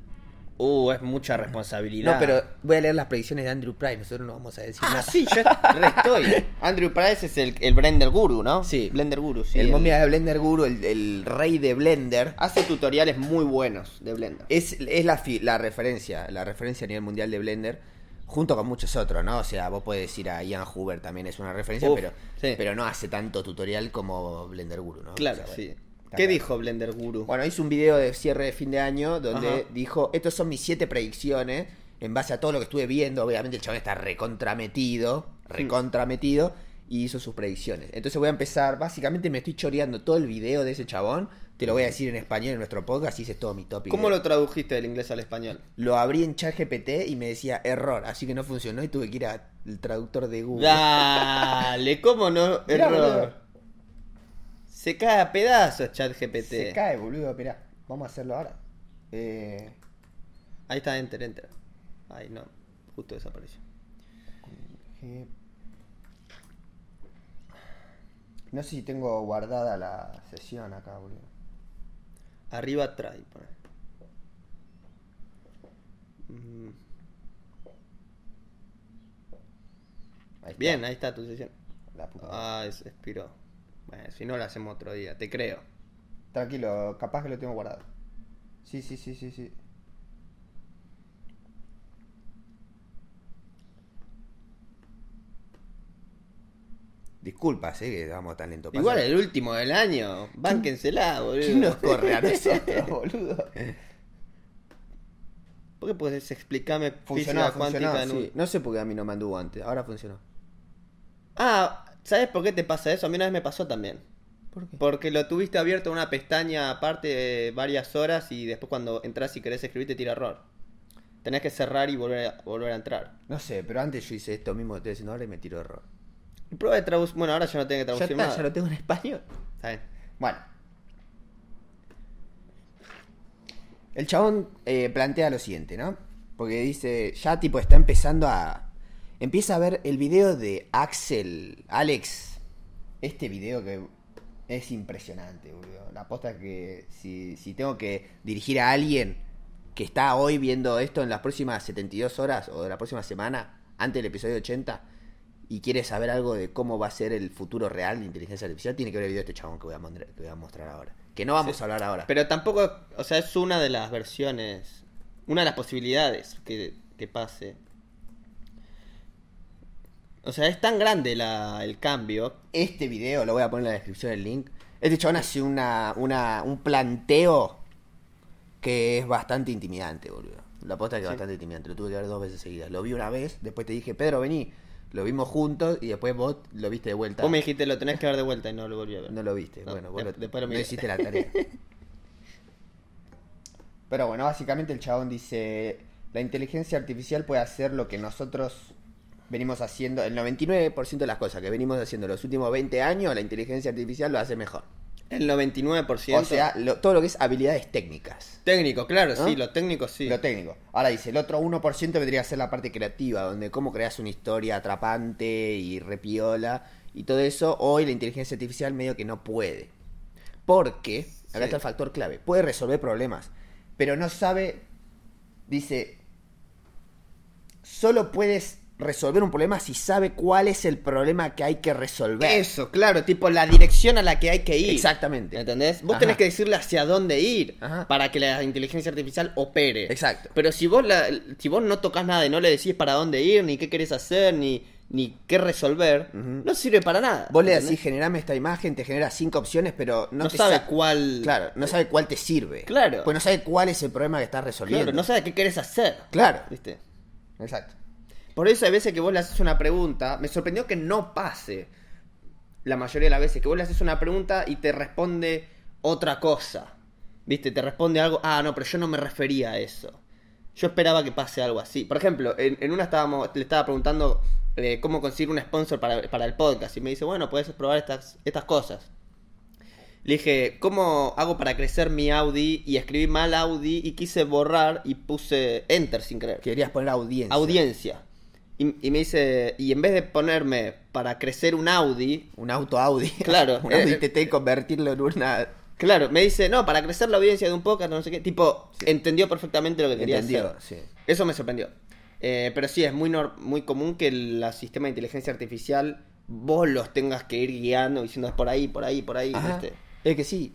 A: Uh, es mucha responsabilidad.
C: No, pero voy a leer las predicciones de Andrew Price. Nosotros no vamos a decir
A: Ah,
C: nada.
A: sí, yo re estoy. Andrew Price es el, el Blender Guru, ¿no?
C: Sí.
A: Blender Guru, sí.
C: el, momia de Blender Guru, el, el rey de Blender,
A: Hace tutoriales muy buenos de Blender.
C: es, es la, fi- la referencia, la referencia a nivel mundial de Blender, junto con muchos otros, ¿no? O sea, vos podés decir a Ian Hoover también es una referencia,
A: Uf,
C: pero,
A: sí.
C: pero no hace tanto tutorial como Blender Guru, ¿no? O
A: Ah, Claro,
C: sea,
A: sí.
C: bueno, está
A: ¿Qué
C: claro.
A: dijo Blender Guru?
C: Bueno, hizo un video de cierre de fin de año donde
A: Ajá.
C: dijo, estos son mis siete predicciones, en base a todo lo que estuve viendo, obviamente el chabón está recontrametido, recontrametido, y hizo sus predicciones. Entonces voy a empezar, básicamente me estoy choreando todo el video de ese chabón, te lo voy a decir en español en nuestro podcast, y ese es todo mi tópico.
A: ¿Cómo lo tradujiste del inglés al español?
C: Lo abrí en ChatGPT y me decía error, así que no funcionó y tuve que ir al traductor de
A: Uh.
C: Google.
A: Dale, ¿cómo no?
C: Mirá,
A: Error.
C: boludo.
A: Se cae a pedazos, ChatGPT.
C: Se cae, boludo, mirá. Vamos a hacerlo ahora. Eh,
A: Ahí está, enter, enter. Ay, no. Justo desapareció.
C: Eh, No sé si tengo guardada la sesión acá, boludo.
A: Arriba atrás. y pone. Mm,
C: Ahí está.
A: Bien, ahí está tu sesión.
C: La puta madre.
A: Ah, se expiró. Bueno, si no, lo hacemos otro día. Te creo.
C: Tranquilo, capaz que lo tengo guardado. Sí, sí, sí, sí, sí. Disculpas, eh, que vamos tan lento.
A: Igual el último del año. Bánquensela, boludo.
C: ¿Quién nos corre a nosotros, boludo?
A: ¿Por qué podés explicarme
C: Funcionó,
A: física
C: funcionó,
A: cuántica? en un-
C: sí. No sé por qué a mí no me anduvo antes, ahora funcionó.
A: Ah, ¿sabes por qué te pasa eso? A mí una vez me pasó también.
C: ¿Por qué?
A: Porque lo tuviste abierto una pestaña aparte de varias horas y después cuando entras y querés escribir te tira error. Tenés que cerrar y volver a, volver a entrar.
C: No sé, pero antes yo hice esto mismo que estoy haciendo ahora y me tiro error.
A: Y prueba de traducir. Bueno, ahora ya no tengo que
C: Ya
A: traducir
C: está,
A: nada.
C: ya lo tengo en español.
A: Está bien.
C: Bueno. El chabón eh, plantea lo siguiente, ¿no? Porque dice, ya tipo está empezando a... Empieza a ver el video de Axel, Alex. Este video que es impresionante, boludo. La posta es que si, si tengo que dirigir a alguien que está hoy viendo esto en las próximas 72 horas o de la próxima semana, antes del episodio 80, y quiere saber algo de cómo va a ser el futuro real de inteligencia artificial, tiene que ver el video de este chabón que voy a, mandar- que voy a mostrar ahora. Que no vamos
A: Sí.
C: a hablar ahora.
A: Pero tampoco, o sea, es una de las versiones, una de las posibilidades que, que pase. O sea, es tan grande la, el cambio.
C: este video, lo voy a poner en la descripción el link. Este chabón hace una, una- un planteo que es bastante intimidante, boludo. La aposta que es bastante intimidante, lo tuve que ver dos veces seguidas. Lo vi una vez, después te dije, Pedro, vení. Lo vimos juntos y después vos lo viste de vuelta.
A: Vos me dijiste, lo tenés que ver de vuelta y no lo volví a ver.
C: No lo viste,
A: No,
C: bueno, vos
A: de-
C: lo-
A: después lo
C: no
A: miré.
C: hiciste la tarea. Pero bueno, básicamente el chabón dice, la inteligencia artificial puede hacer lo que nosotros venimos haciendo, el 99% de las cosas que venimos haciendo los últimos 20 años, la inteligencia artificial lo hace mejor.
A: El 99%.
C: O sea, lo- todo lo que es habilidades técnicas.
A: técnico, claro,
C: ¿Ah?
A: sí, lo técnico sí.
C: Lo técnico. Ahora dice, el otro 1% vendría a ser la parte creativa, donde cómo creas una historia atrapante y repiola y todo eso. Hoy la inteligencia artificial medio que no puede. Porque, acá
A: Sí.
C: está el factor clave, puede resolver problemas, pero no sabe, dice, solo puedes resolver un problema si sabe cuál es el problema que hay que resolver.
A: Eso, claro, tipo la dirección a la que hay que ir.
C: Exactamente.
A: ¿Entendés? Vos
C: Ajá.
A: tenés que decirle hacia dónde ir
C: Ajá.
A: para que la inteligencia artificial opere.
C: Exacto.
A: Pero si vos, la- si vos no tocas nada y no le decís para dónde ir, ni qué querés hacer, ni, ni qué resolver, no sirve para nada.
C: Vos le
A: ¿entendés?
C: decís, generame esta imagen, te genera cinco opciones, pero no,
A: no,
C: te
A: sabe
C: sa-
A: cuál.
C: Claro, no sabe cuál te sirve.
A: Claro.
C: Pues no sabe cuál es el problema que estás
A: Claro,
C: resolviendo.
A: no sabe qué querés hacer.
C: Claro.
A: ¿Viste?
C: Exacto.
A: Por eso hay veces que vos le haces una pregunta, me sorprendió que no pase la mayoría de las veces, que vos le haces una pregunta y te responde otra cosa. ¿Viste? Te responde algo, ah, no, pero yo no me refería a eso. Yo esperaba que pase algo así. Por ejemplo, en, en una estábamos, le estaba preguntando eh, cómo conseguir un sponsor para, para el podcast. Y me dice, bueno, puedes probar estas, estas cosas. Le dije, ¿cómo hago para crecer mi Audi? Y escribí mal Audi y quise borrar y puse enter sin creer.
C: Querías poner audiencia.
A: Audiencia. Y, y me dice, y en vez de ponerme para crecer un Audi,
C: Un auto Audi.
A: Claro,
C: un Audi
A: eh,
C: TT y convertirlo en una.
A: claro, me dice, no, para crecer la audiencia de un podcast, no sé qué. Tipo, entendió perfectamente lo que quería
C: Entendido,
A: hacer.
C: sí.
A: Eso me sorprendió. Eh, pero sí, es muy, nor- muy común que el sistema de inteligencia artificial vos los tengas que ir guiando, diciendo "Es por ahí, por ahí, por ahí. este.
C: Ajá.
A: ¿viste?
C: Es que sí.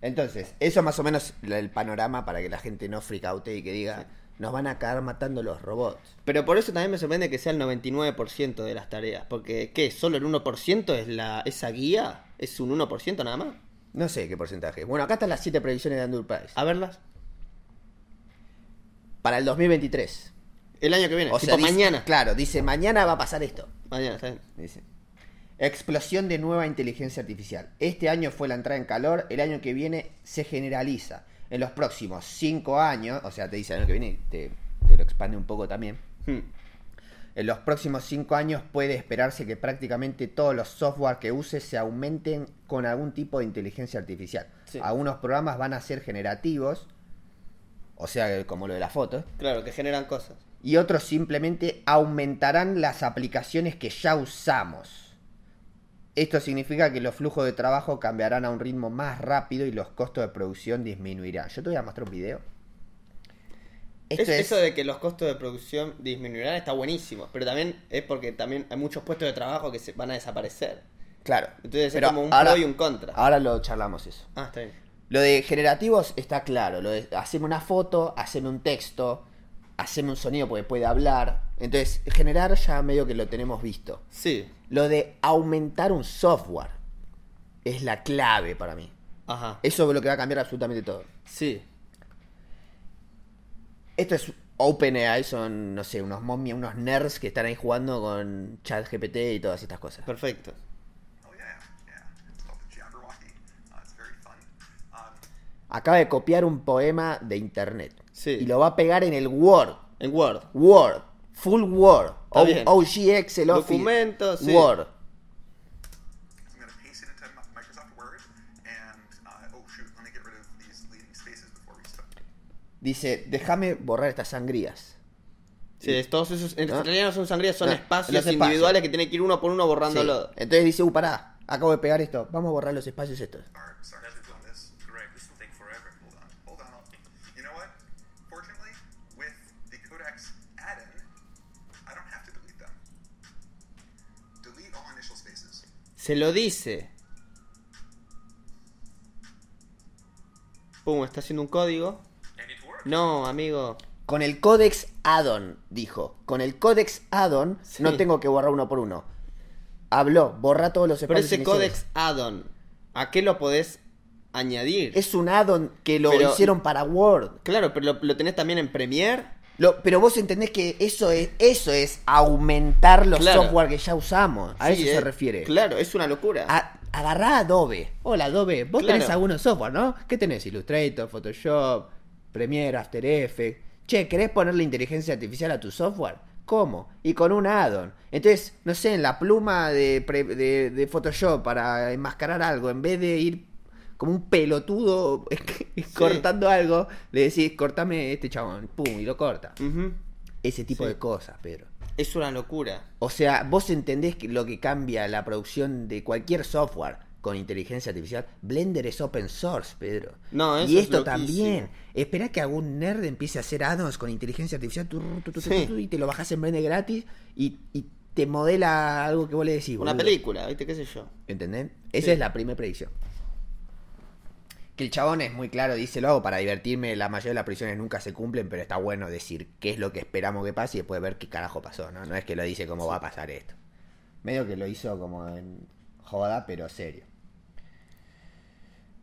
C: Entonces, eso es más o menos la- el panorama para que la gente no fricaute y que diga, nos van a acabar matando los robots.
A: Pero por eso también me sorprende que sea el 99% de las tareas. Porque, ¿qué? ¿Solo el 1% es la esa guía? ¿Es un 1% nada más?
C: No sé qué porcentaje. Bueno, acá están las siete previsiones de Andrew Price.
A: A verlas.
C: Para el 2023.
A: El año que viene. tipo
C: dice-
A: mañana.
C: Claro, dice, mañana va a pasar esto.
A: Mañana, ¿saben?
C: Dice. Explosión de nueva inteligencia artificial. Este año fue la entrada en calor, el año que viene se generaliza. En los próximos cinco años, o sea, te dice el año que viene, te, te lo expande un poco también.
A: Hmm.
C: En los próximos cinco años puede esperarse que prácticamente todos los software que uses se aumenten con algún tipo de inteligencia artificial.
A: Sí.
C: Algunos programas van a ser generativos, o sea, como lo de las fotos,
A: Claro, que generan cosas.
C: y otros simplemente aumentarán las aplicaciones que ya usamos. Esto significa que los flujos de trabajo cambiarán a un ritmo más rápido y los costos de producción disminuirán. Yo te voy a mostrar un video. Esto
A: Es- Eso de que los costos de producción disminuirán está buenísimo. Pero también es porque también hay muchos puestos de trabajo que se van a desaparecer.
C: Claro.
A: Entonces
C: Pero
A: es como un pro y un contra.
C: Ahora Ah. lo charlamos eso.
A: Ah, está bien.
C: Lo de generativos está claro. Lo de hacerme una foto, hacerme un texto, hacerme un sonido porque puede hablar. Entonces, generar ya medio que lo tenemos visto.
A: Sí.
C: Lo de aumentar un software es la clave para mí.
A: Ajá.
C: Eso es lo que va a cambiar absolutamente todo.
A: Sí.
C: Esto es OpenAI, son, no sé, unos momias, unos nerds que están ahí jugando con ChatGPT y todas estas cosas.
A: Perfecto.
D: Oh yeah, yeah. It's called the Jabberwocky. Uh, it's very fun. Um,
C: Acaba de copiar un poema de internet.
A: Sí.
C: Y lo va a pegar en el Word.
A: En Word.
C: Word. Full Word.
A: Está
C: O-
A: bien.
C: OG Excel Office.
A: Documentos, sí.
C: Word.
D: I'm going to paste it into Mi- Microsoft Word, and uh, oh shoot, let me get rid of these leading spaces before we start.
C: Dice, déjame borrar estas sangrías.
A: Sí, es- todos esos. En
C: Ah.
A: realidad no son sangrías, son
C: Ah,
A: espacios
C: los espacios.
A: individuales que tienen que ir uno por uno
C: Sí.
A: borrándolo.
C: Entonces dice, uh, pará, acabo de pegar esto. Vamos a borrar los espacios estos.
D: Sorry, sorry, should have done this. Correct. This will take forever. Hold on, hold on. I'll- You know what? Fortunately, with the Codex add-in, I don't have to delete them. Delete all initial spaces.
A: Se lo dice. Pum, está haciendo un código.
D: And it worked.
A: No, amigo.
C: Con el Codex Addon, dijo. Con el Codex Addon
A: Sí.
C: no tengo que borrar uno por uno. Habló, borra todos los
A: Pero
C: espacios.
A: ese
C: iniciales.
A: códex add-on, ¿a qué lo podés añadir?
C: Es un addon que lo
A: Pero-
C: hicieron para Word.
A: Claro, pero lo, lo tenés también en Premiere.
C: Lo- pero vos entendés que eso es, eso es aumentar los
A: Claro.
C: software que ya usamos. A
A: Sí,
C: eso se
A: eh,
C: refiere. Ah.
A: Claro, es una locura.
C: A- agarrá Adobe. Hola Adobe, vos
A: Claro.
C: tenés algunos software, ¿no? ¿Qué tenés? Illustrator, Photoshop, Premiere, After Effects. Che, ¿querés ponerle inteligencia artificial a tu software? ¿Cómo? Y con un add-on. Entonces, no sé, en la pluma de, pre- de- de Photoshop para enmascarar algo, en vez de ir como un pelotudo cortando algo, le decís, cortame este chabón, pum, y lo corta.
A: Ujú.
C: Ese tipo
A: Sí.
C: de cosas, Pedro.
A: Es una locura.
C: O sea, vos entendés que lo que cambia la producción de cualquier software con inteligencia artificial. Blender es open source, Pedro.
A: No, eso
C: y
A: es
C: esto
A: loquísimo.
C: también. Esperá que algún nerd empiece a hacer add-ons con inteligencia artificial tu, tu, tu, tu,
A: Sí.
C: tu, y te lo bajás en Blender gratis y, y te modela algo que vos le decís.
A: Una
C: boludo.
A: película, ¿viste? ¿Qué sé yo?
C: ¿Entendés? Esa
A: Sí.
C: es la primera predicción. Que el chabón es muy claro, dice, lo hago para divertirme, la mayoría de las predicciones nunca se cumplen, pero está bueno decir qué es lo que esperamos que pase y después ver qué carajo pasó, ¿no? No es que lo dice cómo va a pasar esto. Medio que lo hizo como en joda, pero serio.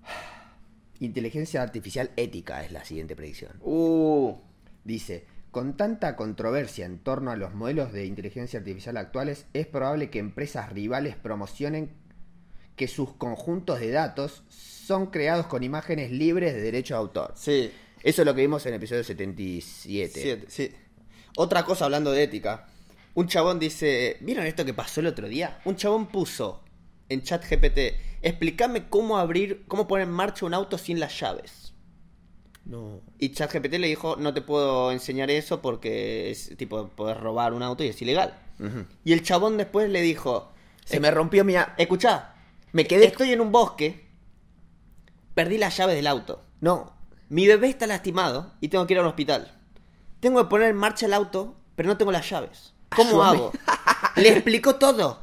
C: Inteligencia artificial ética es la siguiente predicción.
A: Uh,
C: Dice, con tanta controversia en torno a los modelos de inteligencia artificial actuales, es probable que empresas rivales promocionen que sus conjuntos de datos son creados con imágenes libres de derecho de autor.
A: sí.
C: Eso es lo que vimos en el episodio 77.
A: Siete, sí. Otra cosa hablando de ética. Un chabón dice, ¿vieron esto que pasó el otro día? Un chabón puso en chat GPT, explícame cómo abrir, cómo poner en marcha un auto sin las llaves.
B: No.
A: Y ChatGPT le dijo, no te puedo enseñar eso porque es tipo, podés robar un auto y es ilegal.
C: Ujú.
A: Y el chabón después le dijo,
C: Se me rompió mi... a-
A: escuchá, me quedé, estoy en un bosque, perdí las llaves del auto.
C: No.
A: Mi bebé está lastimado y tengo que ir al hospital. Tengo que poner en marcha el auto, pero no tengo las llaves. ¿Cómo
C: Ayúdame.
A: hago? Le explicó todo.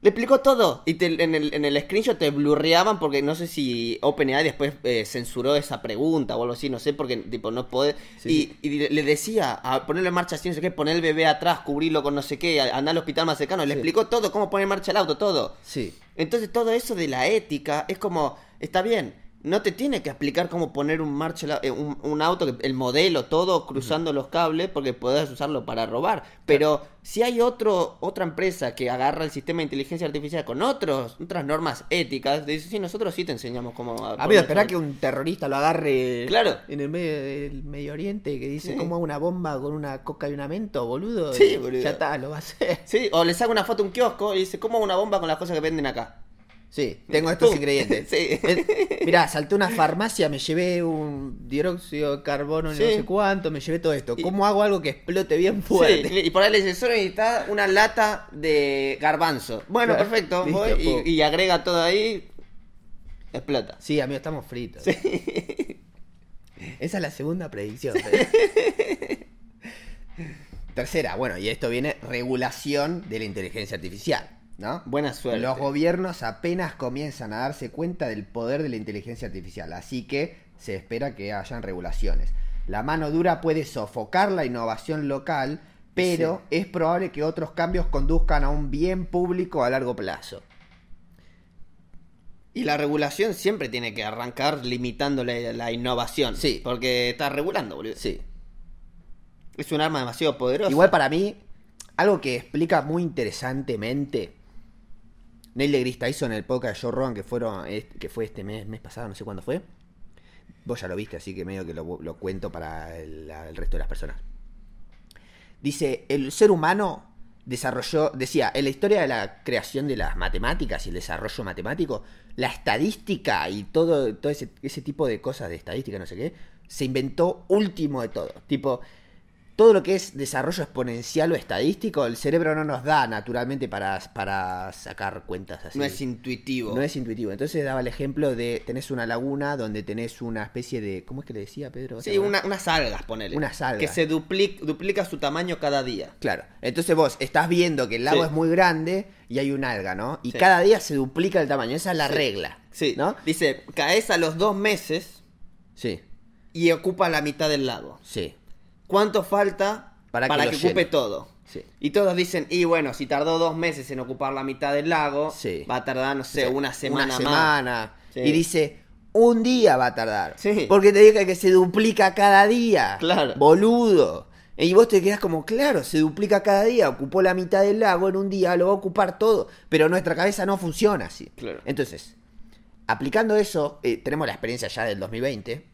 A: Le explicó todo. Y te- en, el, en el screenshot te blurreaban porque no sé si OpenAI después eh, censuró esa pregunta o algo así, no sé, porque tipo no podés.
C: Sí.
A: Y, y le- le decía, a ponerlo en marcha así, no sé qué, poner el bebé atrás, cubrirlo con no sé qué, a- andar al hospital más cercano. Le
C: Sí.
A: explicó todo, cómo poner en marcha el auto, todo.
C: Sí.
A: Entonces todo eso de la ética es como, está bien, no te tiene que explicar cómo poner un marcha, la- eh, un, un auto, que- el modelo, todo cruzando los cables porque podés usarlo para robar. Pero si hay otro, otra empresa que agarra el sistema de inteligencia artificial con otros, otras normas éticas, dice, sí, nosotros sí te enseñamos cómo... a poner
C: Amigo, esperá
A: todo".
C: que un terrorista lo agarre...
A: Claro.
B: En el medio del Medio Oriente que dice
A: Sí.
B: cómo hago una bomba con una coca y una mento, boludo.
A: Sí,
B: Y
A: boludo.
B: Ya está, lo va a hacer.
A: Sí, o le saca una foto a un kiosco y dice, ¿cómo hago una bomba con las cosas que venden acá?
C: Sí, tengo estos
A: Pum.
C: ingredientes.
A: Sí.
C: Es-
B: Mirá, salté a una farmacia, me llevé un dióxido de carbono,
A: Sí.
B: no sé cuánto, me llevé todo esto.
A: Y-
B: ¿Cómo hago algo que explote bien fuerte?
A: Sí, y por ahí le dice, solo necesitas una lata de garbanzo. Bueno,
B: Claro.
A: perfecto,
B: Listo,
A: voy
B: po.
A: y, y agrega todo ahí, explota.
B: Sí, amigo, estamos fritos. Esa es la segunda predicción.
C: Tercera, bueno, y esto viene regulación de la inteligencia artificial, ¿no?
A: Buena suerte.
C: Los gobiernos apenas comienzan a darse cuenta del poder de la inteligencia artificial, así que se espera que hayan regulaciones. La mano dura puede sofocar la innovación local, pero es probable que otros cambios conduzcan a un bien público a largo plazo.
A: Y la regulación siempre tiene que arrancar limitando la, la innovación.
C: Sí.
A: Porque está regulando, boludo.
C: Sí.
A: Es un arma demasiado poderosa.
C: Igual para mí, algo que explica muy interesantemente Neil deGrasse Tyson en el podcast de Joe Rogan, que, fueron, es- que fue este mes, mes pasado, no sé cuándo fue. Vos ya lo viste, así que medio que lo, lo cuento para el, la- el resto de las personas. Dice, el ser humano desarrolló, decía, en la historia de la creación de las matemáticas y el desarrollo matemático, la estadística y todo, todo ese, ese tipo de cosas de estadística, no sé qué, se inventó último de todo. Tipo, todo lo que es desarrollo exponencial o estadístico, el cerebro no nos da naturalmente para, para sacar cuentas así.
A: No es intuitivo.
C: No es intuitivo. Entonces daba el ejemplo de tenés una laguna donde tenés una especie de. ¿Cómo es que le decía Pedro?
A: Sí, una- unas algas, ponele.
C: Unas algas.
A: Que se dupli- duplica su tamaño cada día.
C: Claro. Entonces vos estás viendo que el lago
A: Sí.
C: es muy grande y hay un alga, ¿no? Y
A: Sí.
C: cada día se duplica el tamaño. Esa es la
A: Sí.
C: regla.
A: Sí.
C: ¿No?
A: Dice, caes a los dos meses
C: Sí.
A: y ocupa la mitad del lago.
C: Sí.
A: ¿Cuánto falta
C: Para
A: para,
C: que lo
A: que, ocupe
C: llene.
A: todo?
C: Sí.
A: Y todos dicen, y bueno, si tardó dos meses en ocupar la mitad del lago,
C: Sí.
A: va a tardar, no sé,
C: O sea,
A: una semana
C: una
A: más.
C: semana.
A: Sí.
C: Y dice, un día va a tardar.
A: Sí.
C: Porque te diga que se duplica cada día.
A: Claro.
C: Boludo. Y vos te quedás como, claro, se duplica cada día, ocupó la mitad del lago en un día, lo va a ocupar todo. Pero nuestra cabeza no funciona así.
A: Claro.
C: Entonces, aplicando eso, eh, tenemos la experiencia ya del 2020,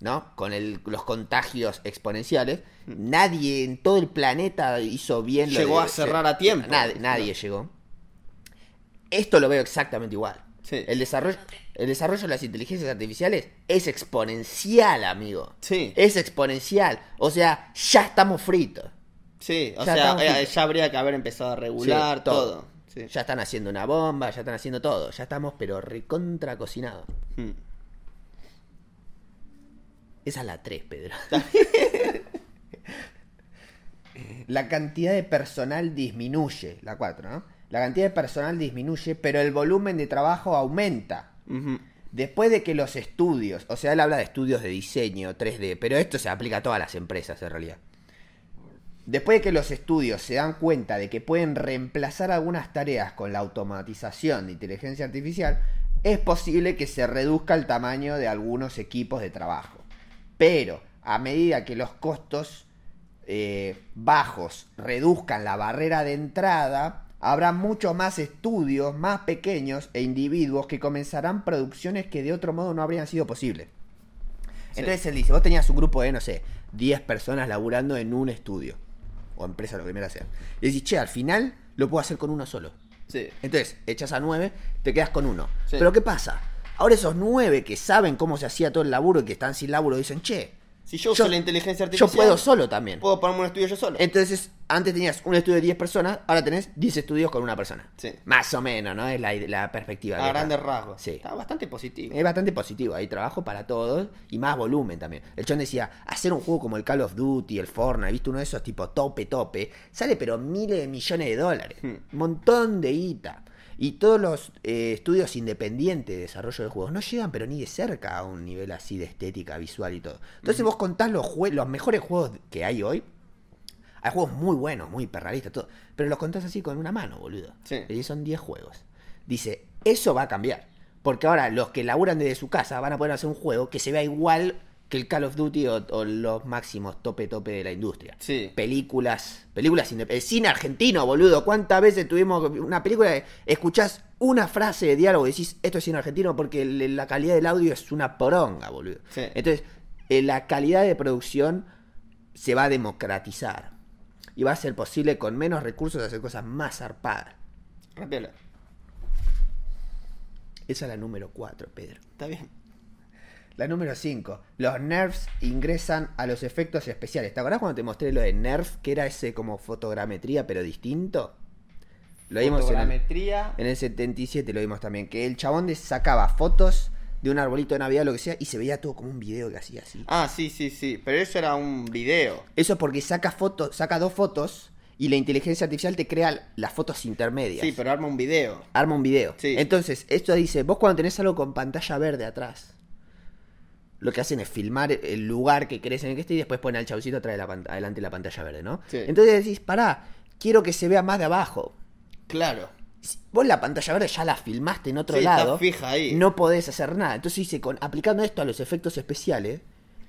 C: ¿no? Con el- los contagios exponenciales. Nadie en todo el planeta hizo bien lo
A: Mm. Llegó
C: de-
A: a cerrar a tiempo.
C: Nadie, nadie llegó. Esto lo veo exactamente igual.
A: Sí.
C: El, desarrollo, el desarrollo de las inteligencias artificiales es exponencial, amigo.
A: Sí.
C: Es exponencial. O sea, ya estamos fritos.
A: Sí, o
C: Ya estamos
A: sea, eh,
C: listos.
A: ya habría que haber empezado a regular
C: Sí,
A: todo. Sí.
C: Ya están haciendo una bomba, ya están haciendo todo. Ya estamos, pero recontra cocinados.
A: Mm.
C: Esa es la 3, Pedro. la cantidad de personal disminuye, la 4, ¿no? La cantidad de personal disminuye, pero el volumen de trabajo aumenta.
A: Ujú.
C: Después de que los estudios, o sea, él habla de estudios de diseño 3D, pero esto se aplica a todas las empresas en realidad. Después de que los estudios se dan cuenta de que pueden reemplazar algunas tareas con la automatización de inteligencia artificial, es posible que se reduzca el tamaño de algunos equipos de trabajo. Pero a medida que los costos eh, bajos reduzcan la barrera de entrada, habrá muchos más estudios más pequeños e individuos que comenzarán producciones que de otro modo no habrían sido posibles. Entonces él dice, vos tenías un grupo de, no sé, 10 personas laburando en un estudio. O empresa, lo que me sea. Y decís, che, al final lo puedo hacer con uno solo.
A: Sí.
C: Entonces, echas a 9, te quedas con uno.
A: Sí.
C: Pero ¿qué pasa? Ahora esos 9 que saben cómo se hacía todo el laburo y que están sin laburo dicen, che,
A: Si yo uso la inteligencia
C: yo
A: artificial,
C: puedo solo también.
A: puedo ponerme un estudio yo solo.
C: Entonces, antes tenías un estudio de 10 personas, ahora tenés 10 estudios con una persona.
A: Sí.
C: Más o menos, ¿no? Es la, la perspectiva.
A: a
C: vieja.
A: grandes rasgos.
C: Sí. Eh,
A: Está bastante positivo.
C: Es bastante positivo, hay trabajo para todos y más volumen también. El chon decía, hacer un juego como el Call of Duty, el Fortnite, ¿viste? Uno de esos tipo tope, tope, sale pero miles de millones de dólares. Un montón de guita. Y todos los eh, estudios independientes de desarrollo de juegos no llegan pero ni de cerca a un nivel así de estética, visual y todo. Entonces vos contás los, jue- los mejores juegos que hay hoy, hay juegos muy buenos, muy hiperrealistas, todo. Pero los contás así con una mano, boludo.
A: Sí.
C: Y son 10 juegos. Dice, eso va a cambiar. Porque ahora los que laburan desde su casa van a poder hacer un juego que se vea igual que el Call of Duty o, o los máximos tope tope de la industria.
A: Sí.
C: Películas, películas indep- el cine argentino, boludo. ¿Cuántas veces tuvimos una película que escuchás una frase de diálogo y decís, esto es cine argentino porque le- la calidad del audio es una poronga, boludo?
A: Sí.
C: Entonces, eh, la calidad de producción se va a democratizar. Y va a ser posible con menos recursos hacer cosas más zarpadas.
A: Repiola.
C: Esa es la número 4, Pedro.
A: Está bien.
C: La número 5. Los nerfs ingresan a los efectos especiales. ¿Te acordás cuando te mostré lo de nerf? Que era ese como fotogrametría, pero distinto. Lo vimos en el,
A: Fotogrametría.
C: en el 77, lo vimos también. Que el chabón de- sacaba fotos de un arbolito de Navidad, lo que sea, y se veía todo como un video que hacía así.
A: Ah, sí, sí, sí. Pero eso era un video.
C: Eso porque saca fotos, saca dos fotos y la inteligencia artificial te crea las fotos intermedias.
A: Sí, pero arma un video.
C: Arma un video.
A: Sí.
C: Entonces, esto dice, vos cuando tenés algo con pantalla verde atrás, lo que hacen es filmar el lugar que querés en el que esté y después ponen al chaucito atrás de la pan- adelante de la pantalla verde, ¿no?
A: Sí.
C: Entonces decís, pará, quiero que se vea más de abajo.
A: Claro.
C: Si Vos la pantalla verde ya la filmaste en otro
A: Sí, está
C: lado.
A: fija ahí.
C: No podés hacer nada. Entonces dice, con, aplicando esto a los efectos especiales,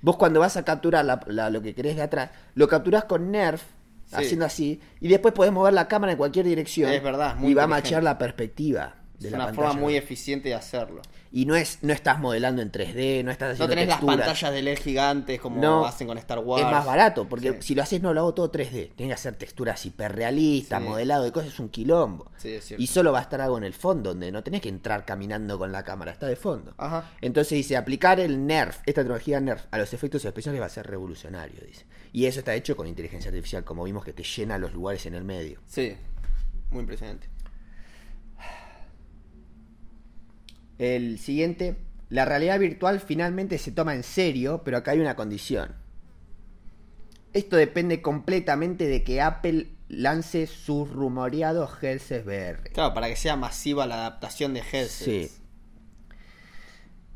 C: vos cuando vas a capturar la- la- lo que querés de atrás, lo capturás con Nerf,
A: Sí.
C: haciendo así, y después podés mover la cámara en cualquier dirección.
A: Es verdad, es muy
C: Y va a
A: inteligente.
C: machear la perspectiva. De
A: Es
C: la
A: una
C: pantalla
A: forma muy
C: verde.
A: eficiente de hacerlo.
C: Y no es, no estás modelando en 3D, no estás
A: No
C: haciendo
A: tenés
C: texturas.
A: las pantallas de LED gigantes como
C: No.
A: hacen con Star Wars.
C: Es más barato, porque
A: Sí.
C: si lo haces no lo hago todo 3D. Tenés que hacer texturas hiperrealistas,
A: Sí.
C: modelado de cosas, es un quilombo.
A: Sí, es cierto.
C: y solo va a estar algo en el fondo, donde no tenés que entrar caminando con la cámara, está de fondo.
A: Ajá.
C: Entonces dice, aplicar el NERF, esta tecnología NERF, a los efectos especiales va a ser revolucionario, dice. Y eso está hecho con inteligencia artificial, como vimos que te llena los lugares en el medio.
A: Sí. Muy impresionante.
C: El siguiente, la realidad virtual finalmente se toma en serio, pero acá hay una condición. Esto depende completamente de que Apple lance sus rumoreados headsets VR.
A: Claro, para que sea masiva la adaptación de headsets.
C: Sí.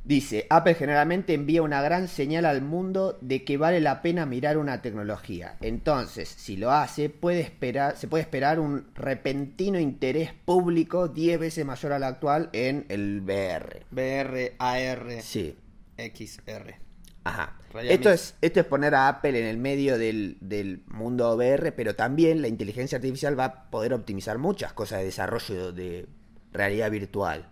C: Dice, Apple generalmente envía una gran señal al mundo de que vale la pena mirar una tecnología. Entonces, si lo hace, puede esperar, se puede esperar un repentino interés público 10 veces mayor al actual en el VR.
A: VR, AR,
C: Sí.
A: XR.
C: Ajá.
A: Raya
C: Esto
A: mix.
C: es, esto es poner a Apple en el medio del, del mundo VR, pero también la inteligencia artificial va a poder optimizar muchas cosas de desarrollo de realidad virtual.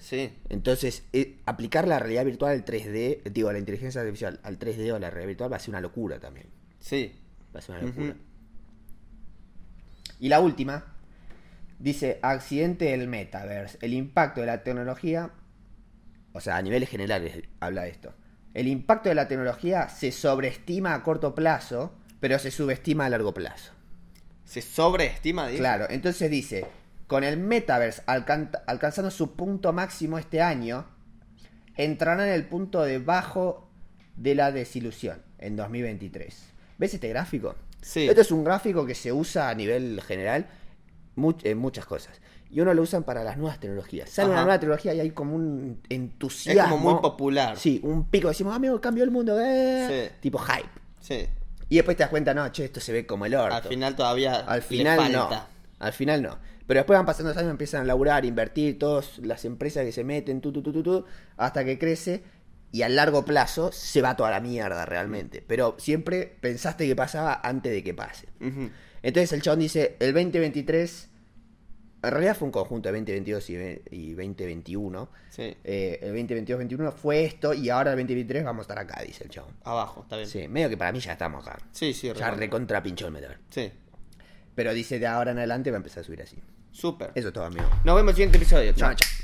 A: Sí.
C: Entonces, eh, aplicar la realidad virtual al 3D, eh, digo, la inteligencia artificial al 3D o la realidad virtual va a ser una locura también.
A: Sí.
C: Va a ser una locura.
A: Ujú.
C: Y la última, dice, accidente del metaverse, el impacto de la tecnología, o sea, a niveles generales habla de esto. El impacto de la tecnología se sobreestima a corto plazo, pero se subestima a largo plazo.
A: Se sobreestima, dice.
C: Claro, entonces dice, con el metaverse alcan- alcanzando su punto máximo este año, entrará en el punto de bajo de la desilusión en 2023. ¿Ves este gráfico?
A: Sí.
C: Este es un gráfico que se usa a nivel general mu- en muchas cosas. Y uno lo usan para las nuevas tecnologías. Sale una
A: Ajá.
C: nueva tecnología y hay como un
A: Es
C: entusiasmo.
A: como muy popular.
C: Sí, un pico. Decimos, "Ah, amigo, cambió el mundo. eh".
A: Sí.
C: Tipo hype.
A: Sí.
C: Y después te das cuenta, no, che, esto se ve como el orto.
A: Al final todavía
C: Al
A: le
C: final no.
A: falta.
C: Al final no. Pero después van pasando los años, empiezan a laburar, invertir, todas las empresas que se meten, tu, tu, tu, tu, tu, hasta que crece y a largo plazo se va toda la mierda
A: Mm.
C: realmente. Pero siempre pensaste que pasaba antes de que pase.
A: Ujú.
C: Entonces el chabón dice, el 2023 En realidad fue un conjunto de 2022 y ve- y 2021.
A: Sí.
C: Eh, el 2022-21 fue esto y ahora el 2023 vamos a estar acá, dice el chabón.
A: Abajo, está bien. Sí,
C: Sí, medio que para mí ya estamos acá.
A: sí, sí
C: ya
A: recontra.
C: recontra pinchó el metal.
A: Sí,
C: Pero dice de ahora en adelante va a empezar a subir así.
A: súper.
C: Eso es todo, amigo.
A: Nos vemos en el siguiente episodio. Chao,
C: Chao,
A: chao.
C: chao.